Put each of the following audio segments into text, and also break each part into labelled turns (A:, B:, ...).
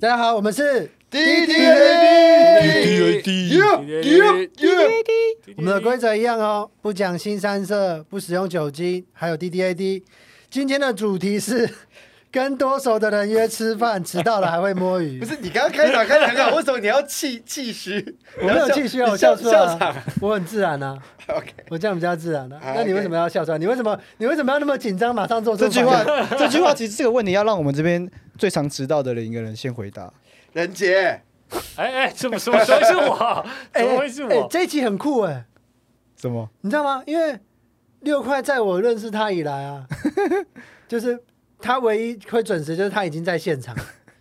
A: 大家好，我们是
B: 滴滴滴滴滴滴滴，
A: 我们的规则一样哦，不讲新三色，不使用酒精，还有 DDAD。今天的主题是跟多熟的人约吃饭，迟到了还会摸鱼
B: 不。是你刚刚开场开场开，为什么你要气气虚？
A: 我没有气虚啊，我笑
B: 笑
A: 出来
B: 笑场
A: 啊。，我很自然啊，
B: OK，
A: 我这样比较自然啊。
B: 啊
A: 那你为什么要笑出来？你为什么你为什么要那么紧张？马上做出
C: 这句
A: 反
C: 话
A: 应，
C: 这句话其实这个问题要让我们这边最常迟到的人一个人先回答。
B: 任杰，
D: 哎哎，怎么什么谁是我？怎么会是
A: 哎
D: 我？
A: 这一集很酷哎、
C: 什么？
A: 你知道吗？因为六块在我认识他以来 啊，就是他唯一会准时，就是他已经在 现场，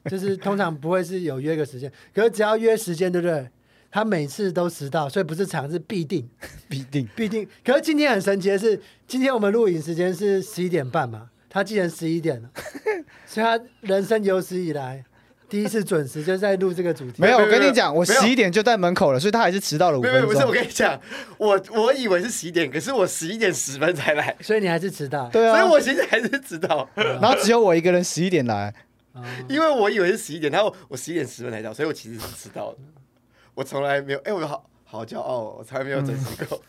A: 就是通常不会是有约个时间，可是只要约时间，对不对？他每次都迟到，所以不是常是必 定
C: 必定
A: 必定。可是今天很神奇的是，今天我们录影时间是十一点半嘛，他竟然十一点 了，所以他人生有史以来第一次准时，就是在录这个主题。
C: 没有，
B: 没有
C: 我跟你讲，
B: 没有
C: 我
B: 没有
C: 十一点就在门口了，所以他还是迟到了五
B: 没有没
C: 分
B: 有，不是我
C: 钟。
B: 跟你讲，我我以为是十一点，可是我十一点十分才来，
A: 所以你还是迟到。
C: 对
B: 所以
C: 啊，
B: 我其实还是迟到，
C: 然后只有我一个人十一点来，
A: 哦
B: 因为我以为是十一点，然后我十一点十分才到，所以我其实是迟到的。我从来没有，哎，我好好骄傲哦，我从来没有准时过。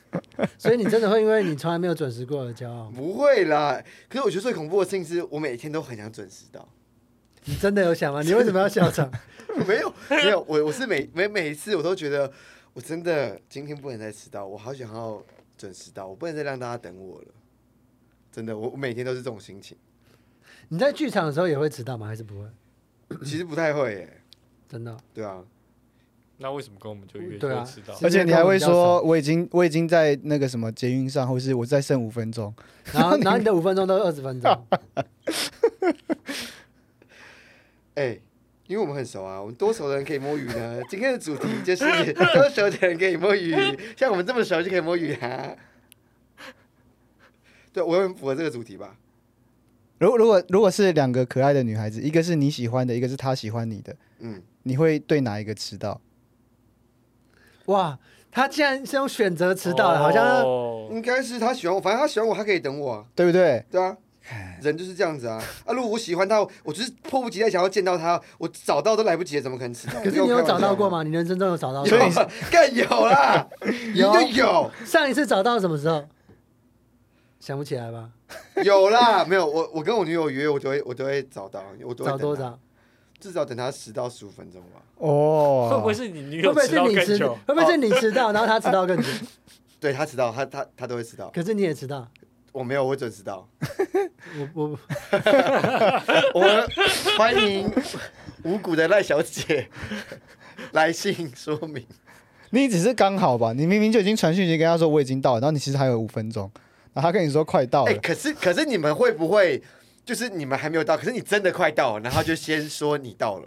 A: 所以你真的会因为你从来没有准时过而骄傲吗？
B: 不会啦，可是我觉得最恐怖的事情是我每天都很想准时到。
A: 你真的有想吗？你为什么要笑场？
B: 没有没有，我我是每每每一次我都觉得我真的今天不能再迟到，我好想要准时到，我不能再让大家等我了。真的，我我每天都是这种心情，
A: 你在剧场的时候也会迟到吗？还是不会？
B: 其实不太会耶，
A: 真 的哦、
B: 对啊，
D: 那为什么跟我们就约
A: 对啊
D: 会迟到？
A: 是
C: 而且你还会
A: 时间跟我
C: 说我已经我已经在那个什么捷运上，或是我再剩五分钟。
A: 然后，然后你的五分钟都二十分 钟，
B: 哎、因为我们很熟啊，我们多熟的人可以摸鱼呢。今天的主题就是多熟的人可以摸鱼，像我们这么熟就可以摸鱼啊。对，我很符合这个主题吧？
C: 如如果如果是两个可爱的女孩子，一个是你喜欢的，一个是她喜欢你的，
B: 嗯，
C: 你会对哪一个迟到？
A: 哇！他竟然是用选择迟到了，好像
D: 哦
B: 应该是他喜欢我，反正他喜欢我，他可以等我啊。
C: 对不对？
B: 对啊，
A: 哎
B: 人就是这样子啊。啊，如果我喜欢他，我就是迫不及待想要见到他，我找到都来不及了，怎么可能迟到？
A: 可是你有找到过？吗？你人生中有找到
B: 有
A: 过？，
B: 更有啦，一
A: 有
B: 定有，
A: 上一次找到什么时候？想不起来吧？
B: 有啦，没有我，我跟我女友约，我都会，我都会找到，我都会
A: 找
B: 等啊
A: 多
B: 她？
A: 少？
B: 至少等他十到十五分钟吧。
C: 哦，
D: 会不会是你女
A: 会
D: 友
A: 不会
D: 迟
A: 是
D: 到
A: 你
D: 更
A: 迟？
D: 久？
A: 会不会是你迟到，然后他迟到更久？
B: 对他迟到，他他他都会迟到，
A: 可是你也迟到，
B: 我没有，我会准时到。
A: 我 我
B: 我欢迎五谷的赖小姐来信说明。
C: 你只是刚好吧？你明明就已经传讯息跟他说我已经到了，然后你其实还有五分钟，然后他跟你说快到了，
B: 哎、可是可是你们会不会就是你们还没有到，可是你真的快到了，然后就先说你到了，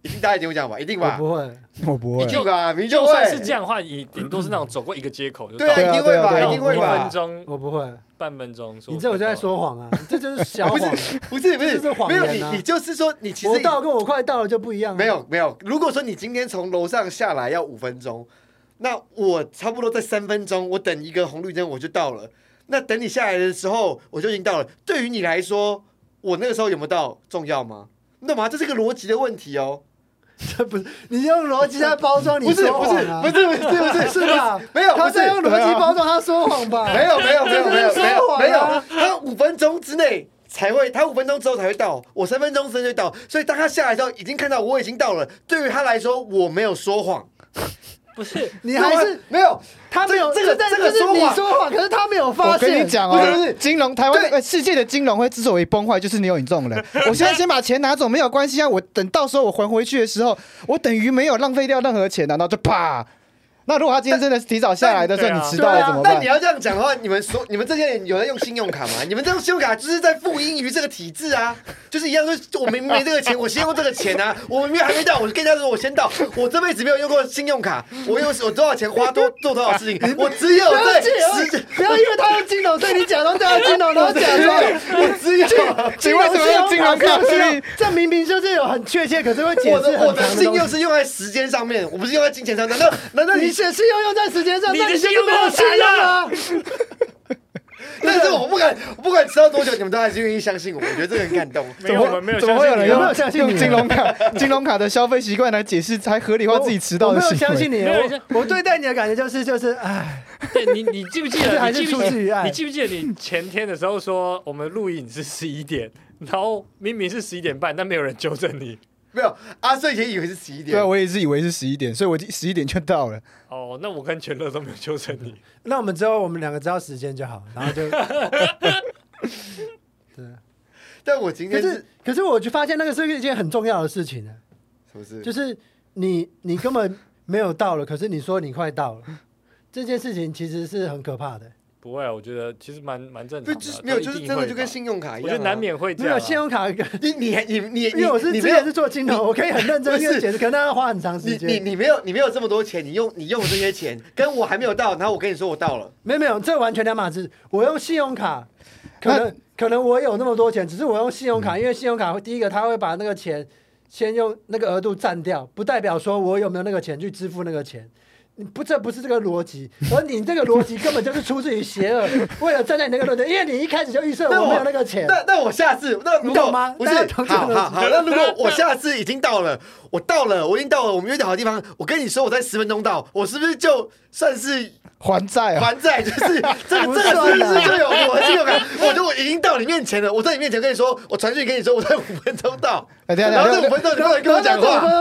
B: 一定大家一定会这样吧？一定
A: 我
B: 吧？
A: 不会，
C: 我不
B: 一
C: 会。
B: 定吧？明明
D: 就
B: 会
D: 算是这样的话，也顶多是那种走过一个街口就到
B: 对啊，
C: 对
B: 一
C: 啊
B: 定会
C: 对
B: 吧？
C: 啊
B: 一定会
D: 一
B: 吧
D: 分？钟、
A: 我不会。
D: 半分钟。
A: 你这我就在，说谎啊！你这就是小
B: 不
A: 谎。
B: 是不是不
A: 这是谎
B: 没
A: 言啊
B: 有你你就是说你其
A: 我
B: 实
A: 到跟我快到了就不一样啊。
B: 没有没有。如果说你今天从楼上下来要五分钟，那我差不多在三分钟，我等一个红绿灯我就到了。那等你下来的时候，我就已经到了。对于你来说，我那个时候有没有到重要吗？你懂吗？这是个逻辑的问题哦。
A: 这 不是你用逻辑在包装你
B: 不是
A: 说
B: 不是
A: 谎
B: 不是
A: 啊？
B: 不是不是不是
A: 是吧？
B: 没有
A: 他
B: 不
A: 在
B: 是
A: 用逻辑包装他说谎吧？
B: 没有没有没有没有没有
A: 这就
B: 没
A: 是说谎啊
B: 有，他五分钟之内才会，他五分钟之后才会到，我三分钟之内就到，所以当他下来之后，已经看到我已经到了。对于他来说，我没有说谎，
D: 不是
A: 你还是
B: 没有
A: 他没有
B: 这个
A: 但
B: 这个
A: 就是你
B: 说谎
A: 说谎，可是他没有发
C: 我
A: 现。
C: 跟你讲
B: 不是不
C: 哦
B: 是，
C: 金融台湾
B: 对
C: 呃世界的金融会之所以崩坏，就是你有你这种 人。我现在先把钱拿走没有关系啊，我等到时候我还回去的时候，我等于没有浪费掉任何钱啊，然后就啪。那如果他今天真的提早下来的时候，
D: 但
C: 你
D: 对啊
C: 迟
B: 对
C: 到了怎
B: 啊
C: 么，
B: 但
C: 办
B: 你？要这样讲的话，你们所你们这些人有在用信用卡吗？你们这种信用卡就是在附英于这个体制啊，就是一样，就是我明明没这个钱，我先用这个钱啊，我明明还没到，我就跟人家说我先到，我这辈子没有用过信用卡，我有我多少钱花多做多少事情，我只有
A: 不要
B: 在
A: 记
B: 十，
A: 不要因为他用金融，所以你假装叫他金融，然后假装。
B: 我只有。
C: 请问为什么要金融卡
A: 是
C: 所以
A: 用这明明就是有很确切，可是会解
B: 我
A: 释
B: 的我
A: 很
B: 的
A: 长
B: 信
A: 东
B: 用
A: 西。
B: 是用在时间上面，我不是用在金钱上。难道难道
A: 你
B: 你
A: 写信用用在时间上，
D: 你
A: 那
D: 的
A: 你就是
D: 信用
A: 没有信用啊！
B: 但是我不敢，我不管迟到多久，你们都还是愿意相信我，我觉得这个很感动。
D: 没有我们没有
C: 怎么会有
D: 相
C: 人
D: 信你
A: 有
D: 啊
A: 没
C: 用
A: 有相信
C: 用
A: 你啊
C: 金融卡金融卡的消费习惯来解释才合理化自己迟到的
A: 我没
C: 行
A: 有相
C: 为？
A: 信你，
D: 没有人
A: 我我对待你的感觉就是就是，哎，
D: 对你，你记不记
A: 这
D: 得？
A: 还
D: 你
A: 是
D: 记不
A: 出哎自
D: 记
A: 于
D: 得？
A: 爱
D: 你记不记得你前天的时候说我们录影是十一点，然后明明是十一点半，但没有人纠正你。
B: 没有，阿顺也以为是十一点
C: 对啊，，我也是以为是十一点，所以我十一点就到了。
D: 哦，那我跟全乐都没有纠正你。
A: 那我们之后我们两个知道时间就好，然后就，对。
B: 但我今
A: 可
B: 天是
A: 是可是我就发现那个是一件很重要的事情呢，啊
B: 什么事？
A: 就是你你根本没有到了，可是你说你快 到了，这件事情其实是很可怕的。
D: 不会啊，我觉得其实蛮蛮正
B: 不
D: 常
B: 就
D: 的啊
B: 是，没有，
D: 都一
B: 就是
D: 定
B: 真的
D: 会
B: 就跟
D: 吧
B: 信用卡一
D: 我
B: 样、
D: 觉得难。免会这
A: 没
D: 样啊。
A: 有信用卡，因
B: 你你还你你你，
A: 为我是
B: 你
A: 之
B: 没有
A: 前是做金融，我可以很认真
B: 不是
A: 去解释，可能要花很长时
B: 你你
A: 间。
B: 你没有你没有这么多钱，你用你用这些钱，跟我还没有到，然后我跟你说我到了，
A: 没有没有，这完全两码子。我用信用卡，可
C: 那
A: 能可能我有那么多钱，只是我用信用卡，因为信用卡会第一个它会把那个钱先用那个额度占掉，不代表说我有没有那个钱去支付那个钱。你不，这不是这个逻辑，而你这个逻辑根本就是出自于邪恶，为了站在你那个论点，因为你一开始就预设
B: 那
A: 我
B: 我
A: 没有那个钱。
B: 那那我下次那如
A: 你
B: 果
A: 懂吗
B: 不是
A: 大家，同
B: 好
A: 样的
B: 好好，那如果我下次已经到了，我到了，我已经到了，我们约的好地方，我跟你说我在十分钟到，我是不是就算是
C: 还债啊！
B: 还债？就是 这
A: 不
B: 个这个
A: 算
B: 是不
A: 啊
B: 是就有我的信用卡？我就我已经到你面前了，我在你面前跟你说，我传讯跟你说我在五分钟到，
C: 哎等一下
B: 然后这
C: 等一下
B: 五分钟你不能跟我讲话。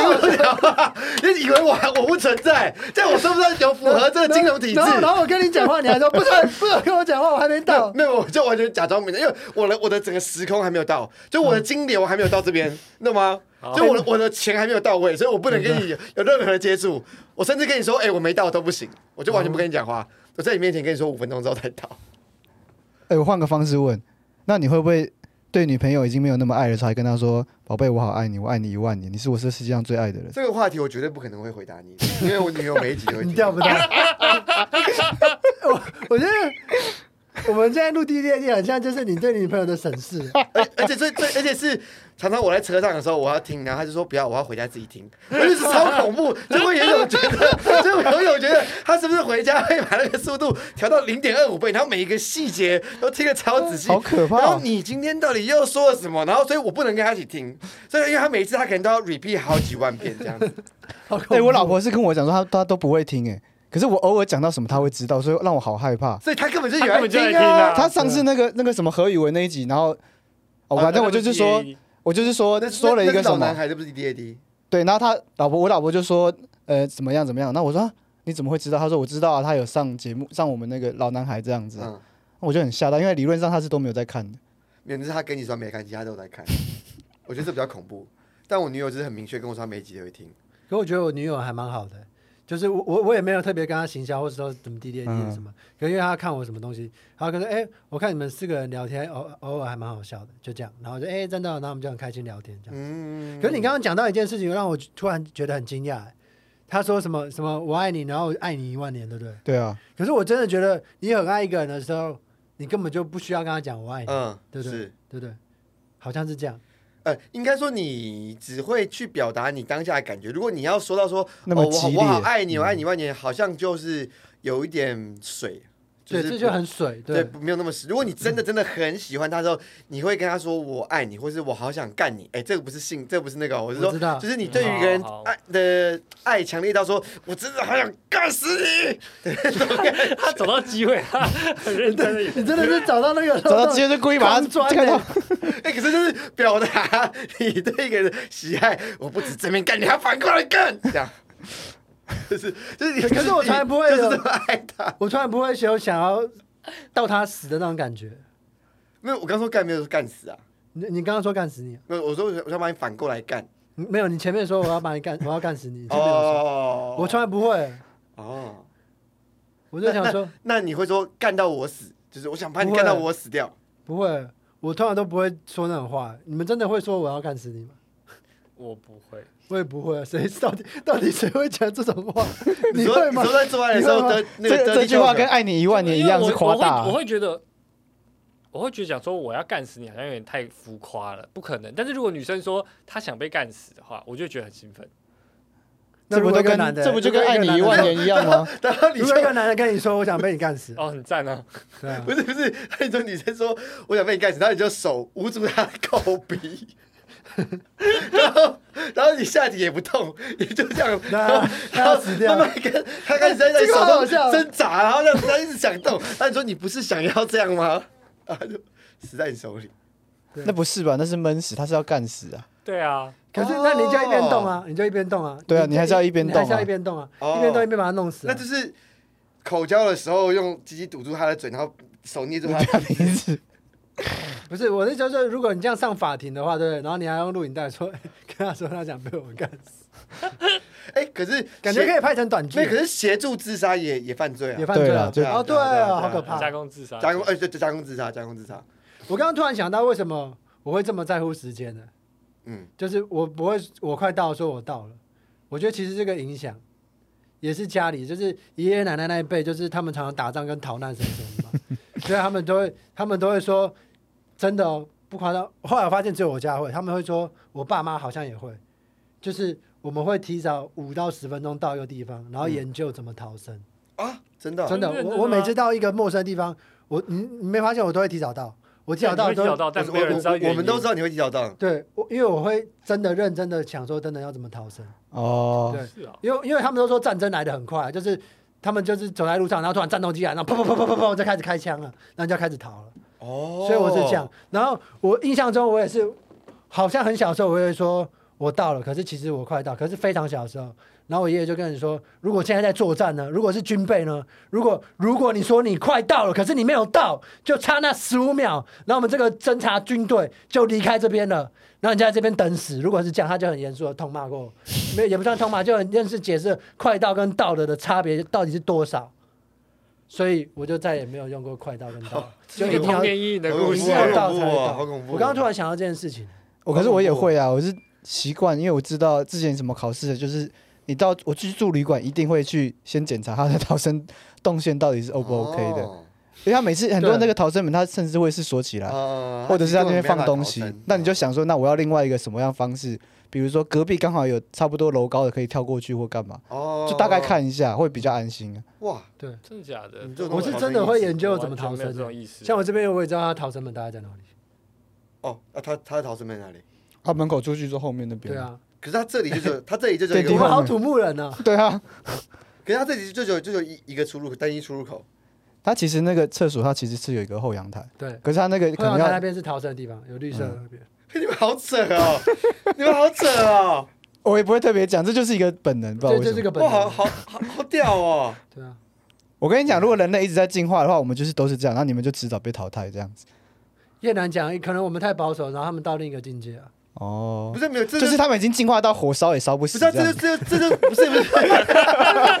B: 对，你跟我讲话，你以为我还我不存在？这样我说不算有符合这个金融体制
A: 然？后然后我跟你讲话，你还说不准不准跟我讲话，我还没到。
B: 没有，我就完全假装没，因为我的我的整个时空还没有到，就我的金流还没有到这边，那吗？就我的我的钱还没有到位，所以我不能跟你有有任何接触。我甚至跟你说，哎、我没到都不行，我就完全不跟你讲话。我在你面前跟你说五分钟之后才到，
C: 哎，我换个方式问，那你会不会对女朋友已经没有那么爱了，才跟她说：“宝贝，我好爱你，我爱你一万年，你是我这世界上最爱的人。
B: 这个话题我绝对不可能会回答你，因为我女友每一集都会
A: 你
B: 听。
A: 掉不掉？我我觉得我们现在录第一季很像，就是你对你女朋友的审视。
B: 而 而且最最而且是常常我在车上的时候，我要听，然后他就说不要，我要回家自己听， 我就是超恐怖， 就会有一种觉得， 就会有一种觉得他是不是回家会把那个速度调到零点二五倍，然后每一个细节都听得超仔细，
C: 好可怕哦
B: 然后你今天到底又说了什么？然后所以我不能跟他一起听，所以因为他每一次他可能都要 repeat 好几万遍这样子，
A: 好恐怖
C: 哎、我老婆是跟我讲说她她都不会听哎、可是我偶尔讲到什么她会知道，所以让我好害怕。
B: 所以他根本就有
D: 他
B: 在
D: 根本就在
B: 听
D: 听
B: 啊
D: 啊。
C: 她上次那个那个什么何宇文那一集，然后哦，
B: 啊
C: 反正我就是说，我就是说
B: 那
C: 说了一
B: 那
C: 个
B: 是老
C: 什
B: 男
C: 么，
B: 孩，这不是 DAD，
C: 对，然后她老婆我老婆就说呃怎么样怎么样，那我说、啊、你怎么会知道？她说我知道啊，她有上节目上我们那个老男孩这样子啊、
B: 嗯，
C: 我就很吓到，因为理论上她是都没有在看的。
B: 免得是他跟你说没看，其他都有在看， 我觉得这比较恐怖。但我女友就是很明确跟我说，她每一集都会听。
A: 可我觉得我女友还蛮好的，就是我我我也没有特别跟她行销，或者说怎么 D D A D 什么。可是因为她看我什么东西，她可能哎，我看你们四个人聊天，偶偶尔还蛮好笑的，就这样。然后我就哎，真的，然后我们就很开心聊天这样。
B: 嗯
A: 可是你刚刚讲到一件事情，让我突然觉得很惊讶。她说什么什么我爱你，然后我爱你一万年，对不对？
C: 对啊，
A: 可是我真的觉得，你很爱一个人的时候，你根本就不需要跟他讲我爱你，
B: 嗯，
A: 对不对
B: 是，
A: 对不对？好像是这样。
B: 呃，应该说你只会去表达你当下的感觉。如果你要说到说，
C: 那么
B: 哦、我好
C: 激
B: 我好
C: 烈
B: 爱你，
A: 嗯
B: 我爱你，我爱你，好像就是有一点水，
A: 对，
B: 是
A: 这就很水。
B: 对，
A: 对，
B: 不没有那么实。如果你真的真的很喜欢他的时候，你会跟他说我爱你，或是我好想干你。哎，这个不是性，这个不是那个哦，我是说
A: 我知，道
B: 就是你对于一个人
D: 嗯好好
B: 爱的爱强烈到说，我真的好想干死你。
D: 他找到机会，他很认真的。
A: 你真的是找到那个
C: 找到直接就故意把她
A: 钻
C: 这个
B: 哎、可是就是表达你对一个人的喜爱，我不止正面干，你还反过来干，这样。 就是就是你，
A: 可是我从来不会
B: 就
A: 有
B: 是这么爱他。
A: 我突然不会有想要到他死的那种感觉。
B: 没有，我刚说干，没有说干死啊。
A: 你你刚刚说干死你，
B: 没有，我说我想把你反过来干。
A: 你没有？你前面说我要把你干，我要干死你，你前面有说，
B: 哦，
A: 我从来不会。
B: 哦，
A: 我就想说
B: 那你会说干到我死，就是我想把你
A: 不会
B: 干到我死掉。
A: 不会，我通常都不会说那种话。你们真的会说我要干死你吗？
D: 我不会，
A: 我也不会，啊谁到底到底谁会讲这种话？ 你
B: 说
A: 会吗
B: 你？说在做爱的时
A: 你
B: 候
A: 会
B: 得
A: 吗
B: 那
C: 这
B: 个啊得
C: 这
B: 地
C: 句
B: 球
C: 话
B: 的
C: 跟爱你一万年一样
D: 因
C: 是
D: 为我
C: 夸大
D: 我会我
C: 啊。
D: 会觉得，我会觉得讲说我要干死你，好像有点太浮夸了，不可能。但是如果女生说她想被干死的话，我就觉得很兴奋。
A: 那
C: 这
A: 如
C: 不
A: 果
C: 就
A: 一个
C: 跟
A: 男的
C: 这不就跟
A: 如果
C: 爱
A: 一个
C: 你一
A: 男
C: 万
A: 的
C: 年一样吗？
B: 然后你
A: 如果一
B: 就
A: 个男的跟你说我想被你干 死，
D: 哦，很赞啊！
A: 对啊
B: 不，是不是，那你说女生说我想被你干死，然后你就手捂住她的口鼻， 然后然后你下体也不动，你就这样，
A: 那
B: 然后
A: 那
B: 然
A: 要
B: 后
A: 死掉
B: 慢慢跟她开始在在
A: 这个好
B: 手
A: 好笑
B: 上挣扎，然后让她一直想动，那你说你不是想要这样吗？啊，就死在你手里。
C: 那不是吧？那是闷死，他是要干死啊！
D: 对啊，
A: 可是那你就一边动啊，你就一边动啊，
C: 对啊你还是要一
A: 一
C: 边
A: 你
C: 动
A: 还是要
C: 啊
A: 一边动啊，
B: 哦
A: 一边动一边把他弄死啊，
B: 那就是口交的时候用鸡鸡堵住她的嘴，然后手捏住她
C: 他
B: 的
C: 名
B: 鼻子。
C: 字
A: 不是，我是觉得说，如果你这样上法庭的话，对不对？然后你还用录影带说，跟他说他想被我干死，
B: 哎、可是
A: 感觉可
B: 以，
A: 以拍成短剧
B: 那，可是协助自杀也也犯罪
A: 也
B: 啊，
A: 犯罪
C: 对
A: 了
C: 啦。就
A: 哦，对
B: 对啊对
A: 啊，
B: 啊
A: 好可
B: 对啊
A: 怕
D: 加。工自杀，
B: 加工呃对对加工自杀，加工自杀，
A: 我刚刚突然想到，为什么我会这么在乎时间呢？
B: 嗯。
A: 就是我不会，我快到，说我到了。我觉得其实这个影响也是家里，就是爷爷奶奶那一辈，就是他们常常打仗跟逃难生存嘛，所以他们都会，他们都会说，真的、哦、不夸张。后来我发现只有我家会，他们会说，我爸妈好像也会，就是我们会提早五到十分钟到一个地方，然后研究怎么逃生。
B: 啊，真的啊、
A: 真的，
D: 真的
A: 我
D: 吗
A: 我每次到一个陌生的地方，我你你没发现我都会提早到，我提
D: 对
A: 早
D: 你
A: 到
D: 会
A: 都
D: 提早到，哦但
B: 我
D: 没有人知道
B: 我
D: 原因
B: 我们都知道你会提早到，
A: 对，我因为我会真的认真的想说，真的要怎么逃生。
C: 哦，
A: 对
D: 是啊，
A: 因为因为他们都说战争来的很快，就是他们就是走在路上，然后突然战斗机来，然后砰砰砰砰砰砰就开始开枪了，然后就要开始逃了。
B: 哦
A: 所以我是这样。然后我印象中我也是，好像很小的时候我会说我到了，可是其实我快到，可是非常小的时候。然后我爷爷就跟你说，如果现在在作战呢，如果是军备呢，如果如果你说你快到了，可是你没有到，就差那十五秒，然后我们这个侦察军队就离开这边了，然后你就在这边等死。如果是这样，他就很严肃的痛骂过我，没有也不算痛骂，就很认识解释快到跟到了的差别到底是多少。所以我就再也没有用过快到跟到，就
D: 就
A: 一
D: 一个
A: 定要
D: 童年阴影
C: 啊
D: 的
B: 好
D: 故
B: 恐
A: 一
D: 事啊
A: 定
B: 怖
A: 要到
B: 哦，好
A: 才
B: 恐怖哦，
A: 到
B: 好恐怖！
A: 我刚刚突然想到这件事情，
C: 我可是我也会啊，我是习惯，因为我知道之前什么考试，就是你到我去住旅馆，一定会去先检查他的逃生动线到底是 O 不 OK 的，
B: 哦
C: 因为他每次很多
A: 对
C: 那个逃生门，他甚至会是锁起来，
B: 啊
C: 或者是在那边放东西
B: 他根本没办法逃生，啊
C: 那你就想说，那我要另外一个什么样方式？比如说隔壁刚好有差不多楼高的可以跳过去或干嘛，
B: 哦，
C: 就大概看一下会比较安心啊。
B: 哇，
D: 真的假的
B: 你这？种
A: 我是真的会研究怎么逃
D: 完全没有
A: 生
D: 这种
A: 的。
D: 意思。
A: 像我这边我也知道他逃生门大概在哪里。
B: 哦，那他他的逃生门在哪里？
C: 啊，门口出去之后后面那边。
A: 对，啊，
B: 可是他这里就是 他这里就是有一
A: 我
C: 对
B: 个
A: 们
C: 地
B: 口，
A: 好土木人啊，
C: 对啊，
B: 可是他这里就有就有一一个出入口，单一出入口。
C: 它其实那个厕所它其实是有一个后阳台，
A: 对。
C: 可是它那个可
A: 后阳
C: 能
A: 台那
C: 要，嗯
A: 边是逃生的地方，有绿色的那边。
B: 你们好扯哦，你们好扯哦，
C: 我也不会特别讲，这就是一个本能，不知道
A: 这
C: 为
A: 这
C: 什
A: 是
C: 么。
A: 个本
B: 哇，好
A: 能。
B: 好好好屌哦！
A: 对啊，
C: 我跟你讲，如果人类一直在进化的话，我们就是都是这样，那你们就迟早被淘汰这样子。
A: 越南讲，可能我们太保守，然后他们到另一个境界啊。
C: 哦
B: 不，是没有，这
C: 就是他们已经进化到火烧也烧不
B: 不
C: 死
B: 是啊
C: 这
B: 这
C: 样
B: 就这就
C: 子。
B: 这 就不是不是。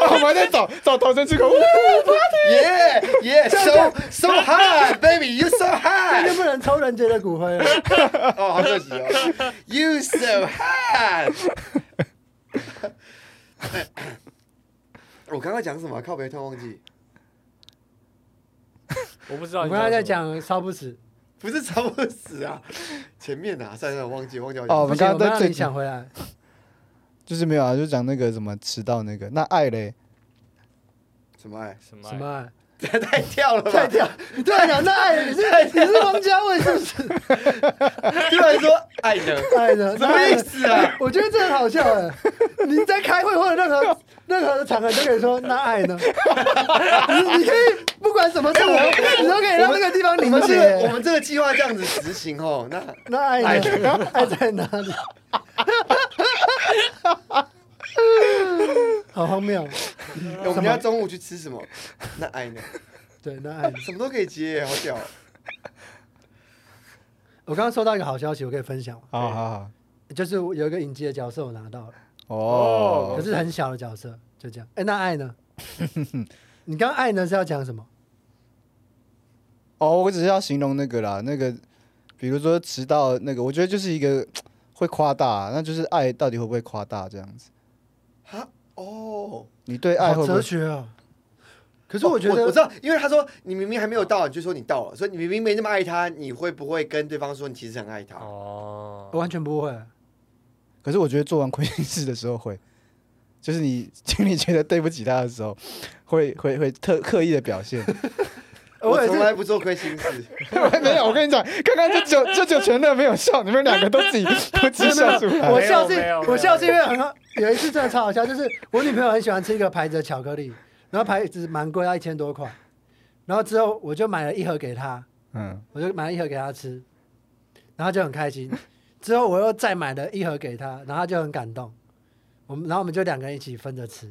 C: 哦我们还在找找逃生出口。
B: Yeah, yeah, so so hot, baby, you so
C: 哎
A: 那
B: hot.
A: 就不能抽人家的骨 灰了。啊
B: 哦，好可惜哦。You so hot. 我刚刚讲什么啊？靠北，突然忘记。
D: 我不知
A: 我
D: 道你
A: 们刚才在
D: 什么，
A: 讲烧不死，
B: 不是找不死啊，前面啊，算了，忘记忘记。忘记
C: 哦我
A: 不
C: 们
A: 行，
C: 刚
A: 我
C: 刚在
A: 们让
C: 最
A: 你想回来。
C: 就是没有啊，就讲那个什么迟到那个。那爱嘞，
B: 什么爱？
D: 什
A: 什
D: 么
A: 么
D: 啊？
A: 爱？
B: 太 跳了吧！
A: 太屌！你突然想到爱，你是你是王家卫是不是？
B: 突然说爱呢？
A: 爱的，
B: 什么意 思啊？
A: 我觉得这很好笑哎！你在开会或者任何任何的场合，你都可以说那爱呢？ 你你可以不管什么场合，你都可以让那个地方
B: 我
A: 凝
B: 们这个我
A: 结。
B: 们这个计划这样子执行哦，那
A: 那爱呢？爱在哪里？ 好荒谬！
B: 我们家中午去吃什么？那爱呢？
A: 对，那爱呢。
B: 什么都可以接，好屌哦！
A: 我刚刚收到一个好消息，我可以分享吗，
C: 啊好好好，
A: 就是有一个影集的角色我拿到了，
C: 哦
A: 可，是很小的角色，就这样。哎，那爱 呢？你刚刚爱呢是要讲什么？
C: 哦，我只是要形容那个啦，那个，比如说迟到那个，我觉得就是一个会夸大，那就是爱到底会不会夸大这样子？
B: 哈哦，
C: 你对爱
A: 好
C: 会不
A: 哲
C: 会？
A: 学啊！可是我觉
B: 我
A: 得
B: 知道，因为他说你明明还没啊有到，你就说你到了，所以你明明没那么爱他，你会不会跟对方说你其实很爱他？
D: 哦，
A: 我完全不会。
C: 可是我觉得做完亏心事的时候会，就是你心里觉得对不起他的时候，会会会特刻意的表现。
A: 呃我
B: 我
A: 也
B: 从
A: 是，
B: 来不做亏 心事。
C: 没有，我跟你讲，刚刚这九这九全乐没有笑，你们两个都自己都自己笑出来。
A: 我笑是
D: 没有没有
A: 我笑是因为很好。有一次真的超好笑，就是我女朋友很喜欢吃一个牌子的巧克力，然后牌子蛮贵，要一千多块。然后之后我就买了一盒给她，
C: 嗯，
A: 我就买了一盒给她吃，然后就很开心。 之后我又再买了一盒给她，然后她就很感动。我们然后我们就两个人一起分着吃，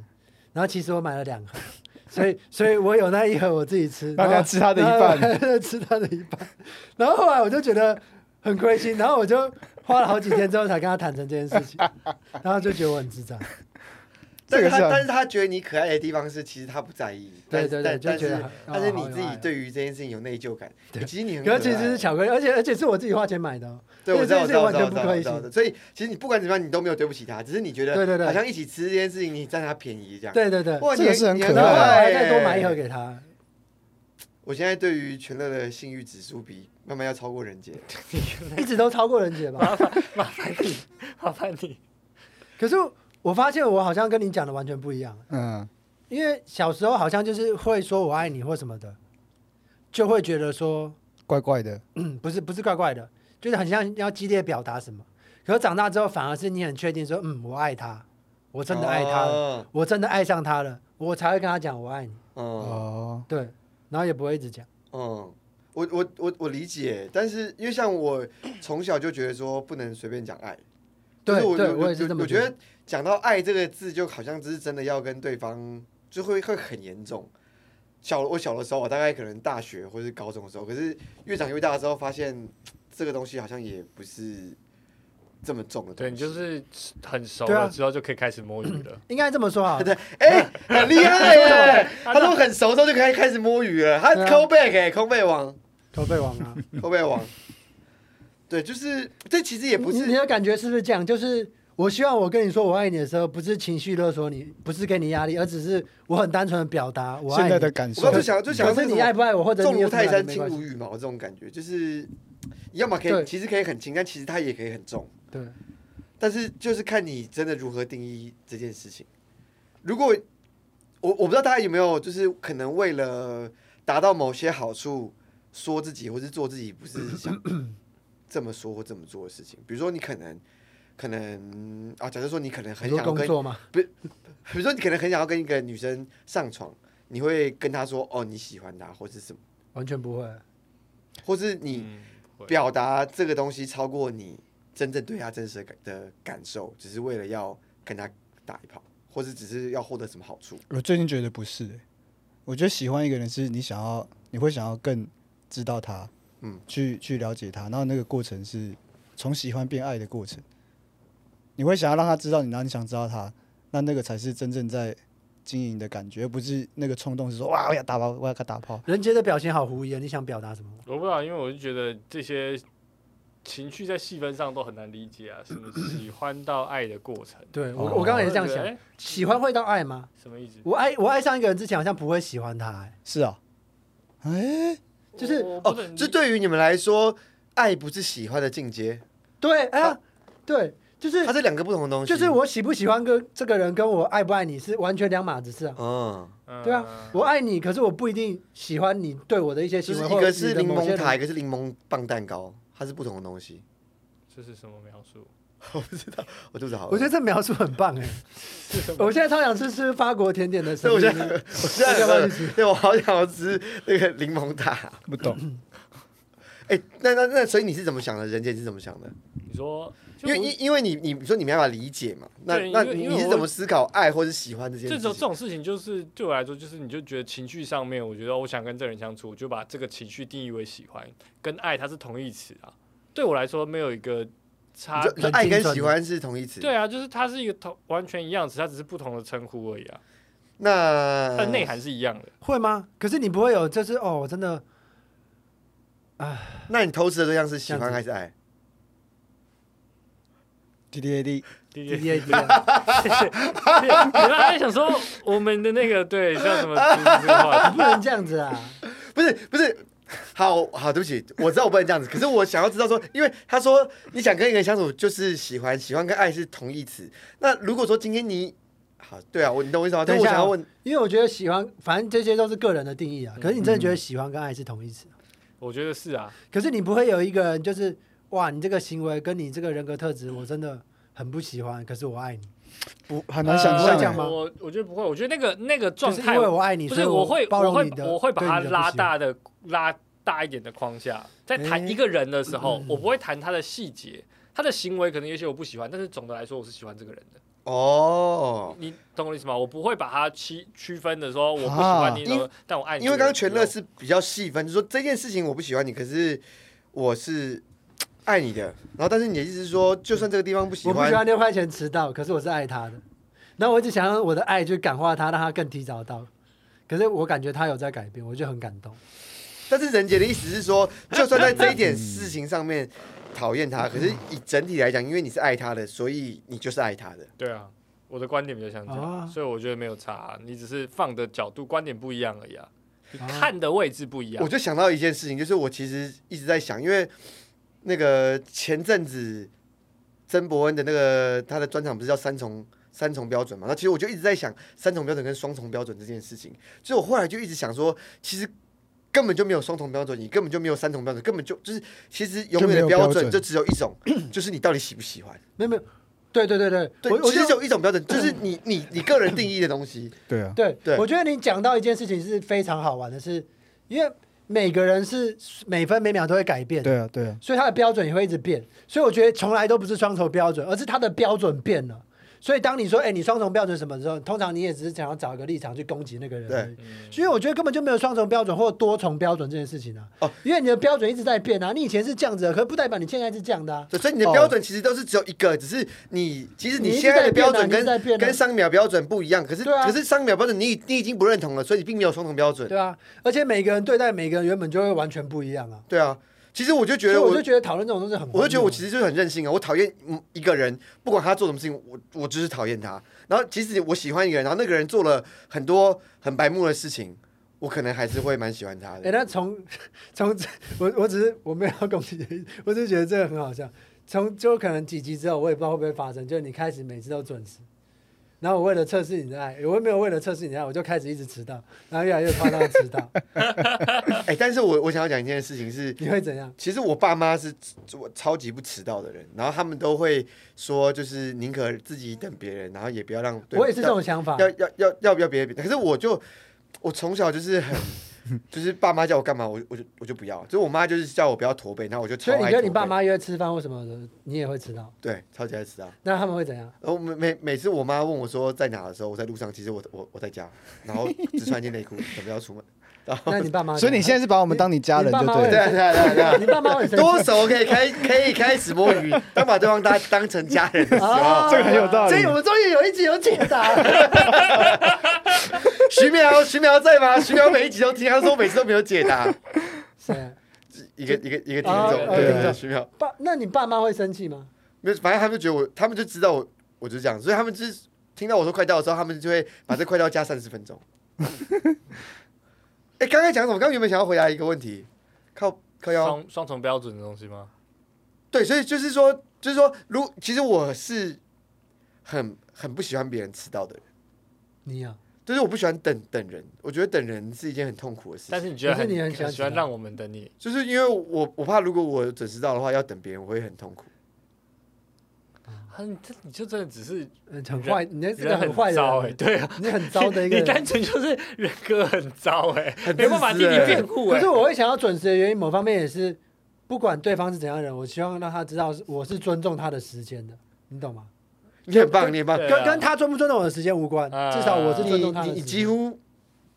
A: 然后其实我买了两盒， 所以所以我有那一盒我自己 吃，
C: 那你要吃他的一半
A: 然后 然后吃他的一半。然后后来我就觉得很亏心，然后我就花了好几天之后才跟他坦诚这件事 情，然后就觉得我很智障。
B: 但是
C: 这个是
B: 他，
C: 啊
B: 但是他觉得你可爱的地方是，其实他不在意。
A: 对对
B: 但但
A: 对，就
B: 但
A: 觉
B: 是
A: 得很
B: 但是你自己。
A: 哦
B: 对于这件事情有内疚感，
A: 对
B: 其实你很
A: 好有爱可
B: 爱
A: 是其实是巧克力，而且而且是我自己花钱买的哦、
B: 对，我知道，我
A: 这
B: 知
A: 件事情完
B: 道，我知道，我知
A: 全不
B: 道我
A: 亏
B: 知
A: 心
B: 道。所以其实你不管怎么样，你都没有对不起他，只是你觉得
A: 对对对
B: 好像一起吃这件事情，你占他便宜这样。，
A: 对对对，
B: 哇，
C: 这
B: 你
C: 个是很
B: 你
C: 可
A: 然后
C: 爱
A: 后来
B: 耶
A: 啊还再多买一盒给他。
B: 我现在对于全乐的性欲指数比慢慢要超过人杰，
A: 一直都超过人杰
B: 啊
A: 吧。
D: 麻烦你，麻烦你。
A: 可是我发现我好像跟你讲的完全不一样，
C: 嗯，
A: 因为小时候好像就是会说我爱你或什么的，就会觉得说，
C: 怪怪的，
A: 嗯，不是不是怪怪的，就是很像要激烈表达什么。可是长大之后反而是你很确定说，嗯，我爱他，我真的爱他了，
B: 哦。
A: 我真的爱上他了，我才会跟他讲我爱你。
B: 嗯
C: 哦，
A: 对，然后也不会一直讲。
B: 嗯，我我我我理解，但是因为像我从小就觉得说不能随便讲爱，
A: 对
B: 就是我
A: 对，
B: 我
A: 我也是这么
B: 我觉得讲到爱这个字，就好像只是真的要跟对方，就会会很严重。小我小的时候，我大概可能大学或是高中的时候，可是越长越大之后，发现这个东西好像也不是这么重的东
D: 对
B: 西。
D: 你就是很熟
A: 对
D: 了
A: 啊
D: 之后就可以开始摸鱼了。
A: 应该这么说啊。
B: 对，哎、很厉害耶！他说很熟之后就开开始摸鱼了，他
A: 对啊
B: call back 哎、c a l l back 王
A: 驼背王啊，
B: ，call back 王。对，就是这其实也不
A: 你
B: 是
A: 你的感觉是不是这样？就是我希望我跟你说我爱你的时候，不是情绪勒索你，不是给你压力，而只是我很单纯的表达我爱
C: 现
A: 你。
C: 在的感
B: 我
C: 受
B: 刚，就想就想
A: 可
B: 到
A: 是
B: 那
A: 你
B: 种
A: 爱不爱我，或者
B: 重
A: 你有
B: 如
A: 什么
B: 泰
A: 感觉
B: 山，
A: 没
B: 轻
A: 关系
B: 如羽毛这种感觉，就是要么可以，
A: 对
B: 其实可以很轻，但其实它也可以很重。
A: 对，
B: 但是就是看你真的如何定义这件事情。如果我我不知道大家有没有，就是可能为了达到某些好处，说自己或是做自己不是想这么说或这么做的事情。比如说你可能可能啊，假设说你可能
A: 很
B: 很
A: 多
B: 想要
A: 工
B: 跟，
A: 作嘛，
B: 比如说你可能很想要跟一个女生上床，你会跟她说哦你喜欢她，或是什么，
A: 完全不会。
B: 或是你。
D: 嗯，会
B: 表达这个东西超过你真正对他真实的感的感受，只是为了要跟他打一炮，或者只是要获得什么好处。
C: 我最近觉得不是、欸，我觉得喜欢一个人是你想要，你会想要更知道他，
B: 嗯，
C: 去去了解他，然后那个过程是从喜欢变爱的过程，你会想要让他知道你，然后你想知道他，那那个才是真正在经营的感觉，而不是那个冲动是说哇我要打炮，我要跟他打炮，
A: 人杰的表情好狐疑啊，你想表达什么？
D: 我不知道，因为我就觉得这些情绪在细分上都很难理解啊，什么喜欢到爱的过程。
A: 对我
C: 哦
A: 我刚刚也是这样
D: 我
A: 想
D: 就觉，得，哎
A: 喜欢会到爱吗？
D: 什么意思？
A: 我爱我爱上一个人之前，好像不会喜欢他、哎
C: 是啊，哎、
A: 就是
D: 我我不
B: 哦
D: 能，
B: 这对于你们来说，爱不是喜欢的境界，
A: 对，哎、呀，对，就是
B: 它是两个不同的东西。
A: 就是，我喜不喜欢跟这个人，跟我爱不爱你是完全两码子事啊。
B: 嗯，
A: 对啊
D: 嗯，
A: 我爱你，可是我不一定喜欢你对我的一些
B: 就
A: 行为，
B: 是一
A: 或者
B: 个是
A: 你的
B: 柠
A: 某些
B: 檬塔，一
A: 人
B: 个是柠檬棒蛋糕，它是不同的东西。
D: 这是什么描述？
B: 我肚子好饿，
A: 我觉得这描述很棒 哎、我现在超想吃吃法国甜点的时
B: 所以
A: 候，
B: 我现在我现在
A: 要不要
B: 很
A: 去
B: 饿对我好想要吃那个柠檬塔。
C: 不懂，
B: 哎、那那那，所以你是怎么想的？人杰你是怎么想的？
D: 你说，就
B: 因为
D: 我
B: 因因为你你你说你没办法理解嘛，那
D: 对
B: 那
D: 因为
B: 你
D: 因为
B: 你是
D: 我
B: 怎么思考爱或是喜欢这件
D: 这
B: 事
D: 种这
B: 情？
D: 种事情，就是对我来说，就是你就觉得情绪上面，我觉得我想跟这个人相处，我就把这个情绪定义为喜欢，跟爱它是同义词啊。对我来说，没有一个差
B: 你说。你说
A: 很
B: 爱
A: 精
B: 跟
A: 准
B: 喜
A: 的
B: 欢是同义词。
D: 对，啊，就是它是一个同完全一样词，它只是不同的称呼而已啊，
B: 那
D: 但内涵是一样的。
A: 会吗？可是你不会有，就是哦，我真 的
B: 那你投资的对象是喜欢
A: 这
B: 还
A: 样
B: 是爱？
C: 滴滴滴滴，
D: 滴
A: D
D: 滴
A: D A D 啊，
D: 你本来还想说我们的那个对叫什么这个话题
A: 不能这样子啊！
B: 不是不是，好好，对不起，我知道我不能这样子，可是我想要知道说，因为他说你想跟一个人相处就是喜欢，喜欢跟爱是同义词。那如果说今天你好，对啊，我你懂我意思吗？但
A: 等一
B: 我
A: 下
B: 想
A: 啊
B: 要问，
A: 因为我觉得喜欢，反正这些都是个人的定义
B: 嗯
A: 啊。可是你真的觉得喜欢跟爱是同义词？
D: 我觉得是啊，
A: 可是你不会有一个人就是哇，你这个行为跟你这个人格特质，我真的很不喜欢，可是我爱你，
C: 不很难想
A: 不会
C: 象
A: 这样
C: 欸。
A: 吗
D: 呃我我觉得不会，我觉得那个那个
A: 就
D: 状
A: 是
D: 态
A: 因为我爱你，
D: 不
A: 所以
D: 是我会
A: 包
D: 我
A: 容
D: 会
A: 你的，
D: 我会把
A: 对你
D: 它
A: 的不
D: 拉
A: 喜欢
D: 大的拉大一点的框架，在谈
A: 诶嗯
D: 一个人的时候，我不会谈他的细节，他的行为可能也许我不喜欢，但是总的来说我是喜欢这个人的。
B: 哦，
D: 你懂我意思吗？我不会把它区区分的说我不喜欢你，
B: 啊因
D: 但我爱你。
B: 因为刚刚全乐
D: 乐
B: 是比较细分，就说这件事情我不喜欢你，可是我是爱你的。然后，但是你的意思是说，就算这个地方不喜
A: 我不
B: 欢
A: 喜，欢六块钱迟到，可是我是爱他的。然后我一直想让我的爱去感化他，让他更提早到。可是我感觉他有在改变，我就很感动。
B: 但是任杰的意思是说，就算在这一点事情上面讨厌他，可是以整体来讲，因为你是爱他的，所以你就是爱他的。
D: 对啊，我的观点比较像这样，
A: 啊
D: 所以我觉得没有差啊、你只是放的角度观点不一样而已啊，
A: 啊
D: 看的位置不一样
B: 我。就想到一件事情，就是我其实一直在想，因为那个前阵子曾伯恩的那个他的专场不是叫三重三重标准嘛？那其实我就一直在想三重标准跟双重标准这件事情，所以我后来就一直想说，其实。根本就没有双重标准，你根本就没有三重标准，根本就就是其实永远
C: 就没
B: 的
C: 有标
B: 标准
C: 准
B: 就只有一种， 就是你到底喜不喜欢。
A: 没有没有，对对对对，
B: 对
A: 我，我
B: 其实
A: 就
B: 只有一种标准，就是你你你个人定义的东西。
C: 对啊，
A: 对
B: 对
A: 我觉得你讲到一件事情是非常好玩的是，因为每个人是每分每秒都会改变，
C: 对啊，对啊，
A: 所以他的标准也会一直变。所以我觉得从来都不是双重标准，而是他的标准变了。所以当你说“哎、你双重标准什么”的时候，通常你也只是想要找一个立场去攻击那个人而已。
D: 嗯
A: 所以我觉得根本就没有双重标准或多重标准这件事情啊。
B: 哦
A: 因为你的标准一直在变啊，你以前是这样子的，可是不代表你现在是这样的啊。
B: 对，所以你的标准其实都是只有一个，只是你其实
A: 你一
B: 你
A: 直
B: 现在的标
A: 在
B: 准
A: 变啊你一直
B: 跟、
A: 在变啊
B: 跟上一秒标准不一样，可是、
A: 对啊
B: 可是上一秒标准你已你已经不认同了，所以你并没有双重标准。
A: 对啊，而且每个人对待每个人原本就会完全不一样啊。
B: 对啊，其实我就
A: 所
B: 觉
A: 以
B: 得
A: 我
B: 我
A: 就觉得讨论这种东西很荒谬啊，
B: 我就觉得我其实就是很任性啊，我讨厌嗯一个人，不管他做什么事情，我我就是讨厌他。然后即使我喜欢一个人，然后那个人做了很多很白目的事情，我可能还是会蛮喜欢他
A: 哎、
B: 的。
A: 那从从这我我只是我没有要攻击的意思，我只是觉得这个很好笑。从就可能几集之后，我也不知道会不会发生，就是你开始每次都准时，然后我为了测试你的爱，我又没有为了测试你的爱，我就开始一直迟到，然后越来越夸张地迟 到，
B: 哎、但是我我想要讲一件事情是，
A: 你会怎样？
B: 其实我爸妈是我超级不迟到的人，然后他们都会说，就是宁可自己等别人，然后也不要让。对
A: 我也是这种想法。
B: 要要要要不要别人比？可是我就我从小就是很， 就是爸妈叫我干嘛，我我就我就不要。就是我妈就是叫我不要驼背，然后我就超
A: 所以你
B: 爱
A: 跟你
B: 驼
A: 爸
B: 背
A: 妈约吃饭或什么的，你也会迟到，
B: 对超级爱迟到。
A: 那他们会怎样？
B: 然后每每每次我妈问我说在哪的时候，我在路上，其实我我我在家，然后只穿一件内裤，准备 要出门。然后
A: 那你 爸妈？
C: 所以你现在是把我们当你家人就
A: 你爸妈
C: 对
A: 会
B: 对
C: 了。
B: 啊对啊对啊对 啊
A: 你爸妈会生气
B: 多熟可以开可以开始摸鱼，当把对方当当成家人的时候
A: 啊，
C: 这个很有道理
A: 所以我们终于有一集有解答了。
B: 徐苗，徐苗在吗？徐苗每一集都听，他说每次都没有解答。
A: 谁啊？
B: 一个一个一个听
A: 啊
B: 众，
A: 啊
B: 对
C: 听
B: 对，
C: 众
B: 徐苗，
A: 爸，那你爸妈会生气吗？
B: 没有，反正他们就觉得我，他们就知道我，我就是这样，所以他们就是听到我说快到的时候，他们就会把这快到加三十分钟。 哎，刚才讲什么？刚刚原本想要回答一个问题，靠靠
A: 哦
B: 腰，
D: 双双重标准的东西吗？
B: 对，所以就是说，就是说，如其实我是很很不喜欢别人迟到的人，
A: 你啊，
B: 就是我不喜欢等等人，我觉得等人是一件很痛苦的事情。
D: 但是你觉得
A: 可是你很喜欢
D: 很喜欢
A: 迟到
D: 让我们等你，
B: 就是因为我我怕如果我准时到的话，要等别人，我会很痛苦。
D: 啊，你这你就真的只是
A: 嗯很坏，你那是个
D: 人
A: 很坏
D: 糟
A: 的
D: 哎、
A: 人，
D: 对啊，
A: 你很糟 的一个
D: 你
A: 人。
D: 单纯就是人格很糟哎、
B: 很
D: 没办法
B: 自
D: 替
B: 私
D: 你
B: 欸
D: 辩护
A: 可
D: 哎、
A: 是我会想要准时的原因，某方面也是，不管对方是怎样的人，我希望让他知道是我是尊重他的时间的，你懂吗？
B: 你很棒，你很棒，
D: 对
A: 跟
D: 啊
A: 跟他尊不尊重我的时间无关，
D: 啊
A: 至少我是尊
B: 你
A: 重他的
B: 你
A: 时
B: 你
A: 间。
B: 几乎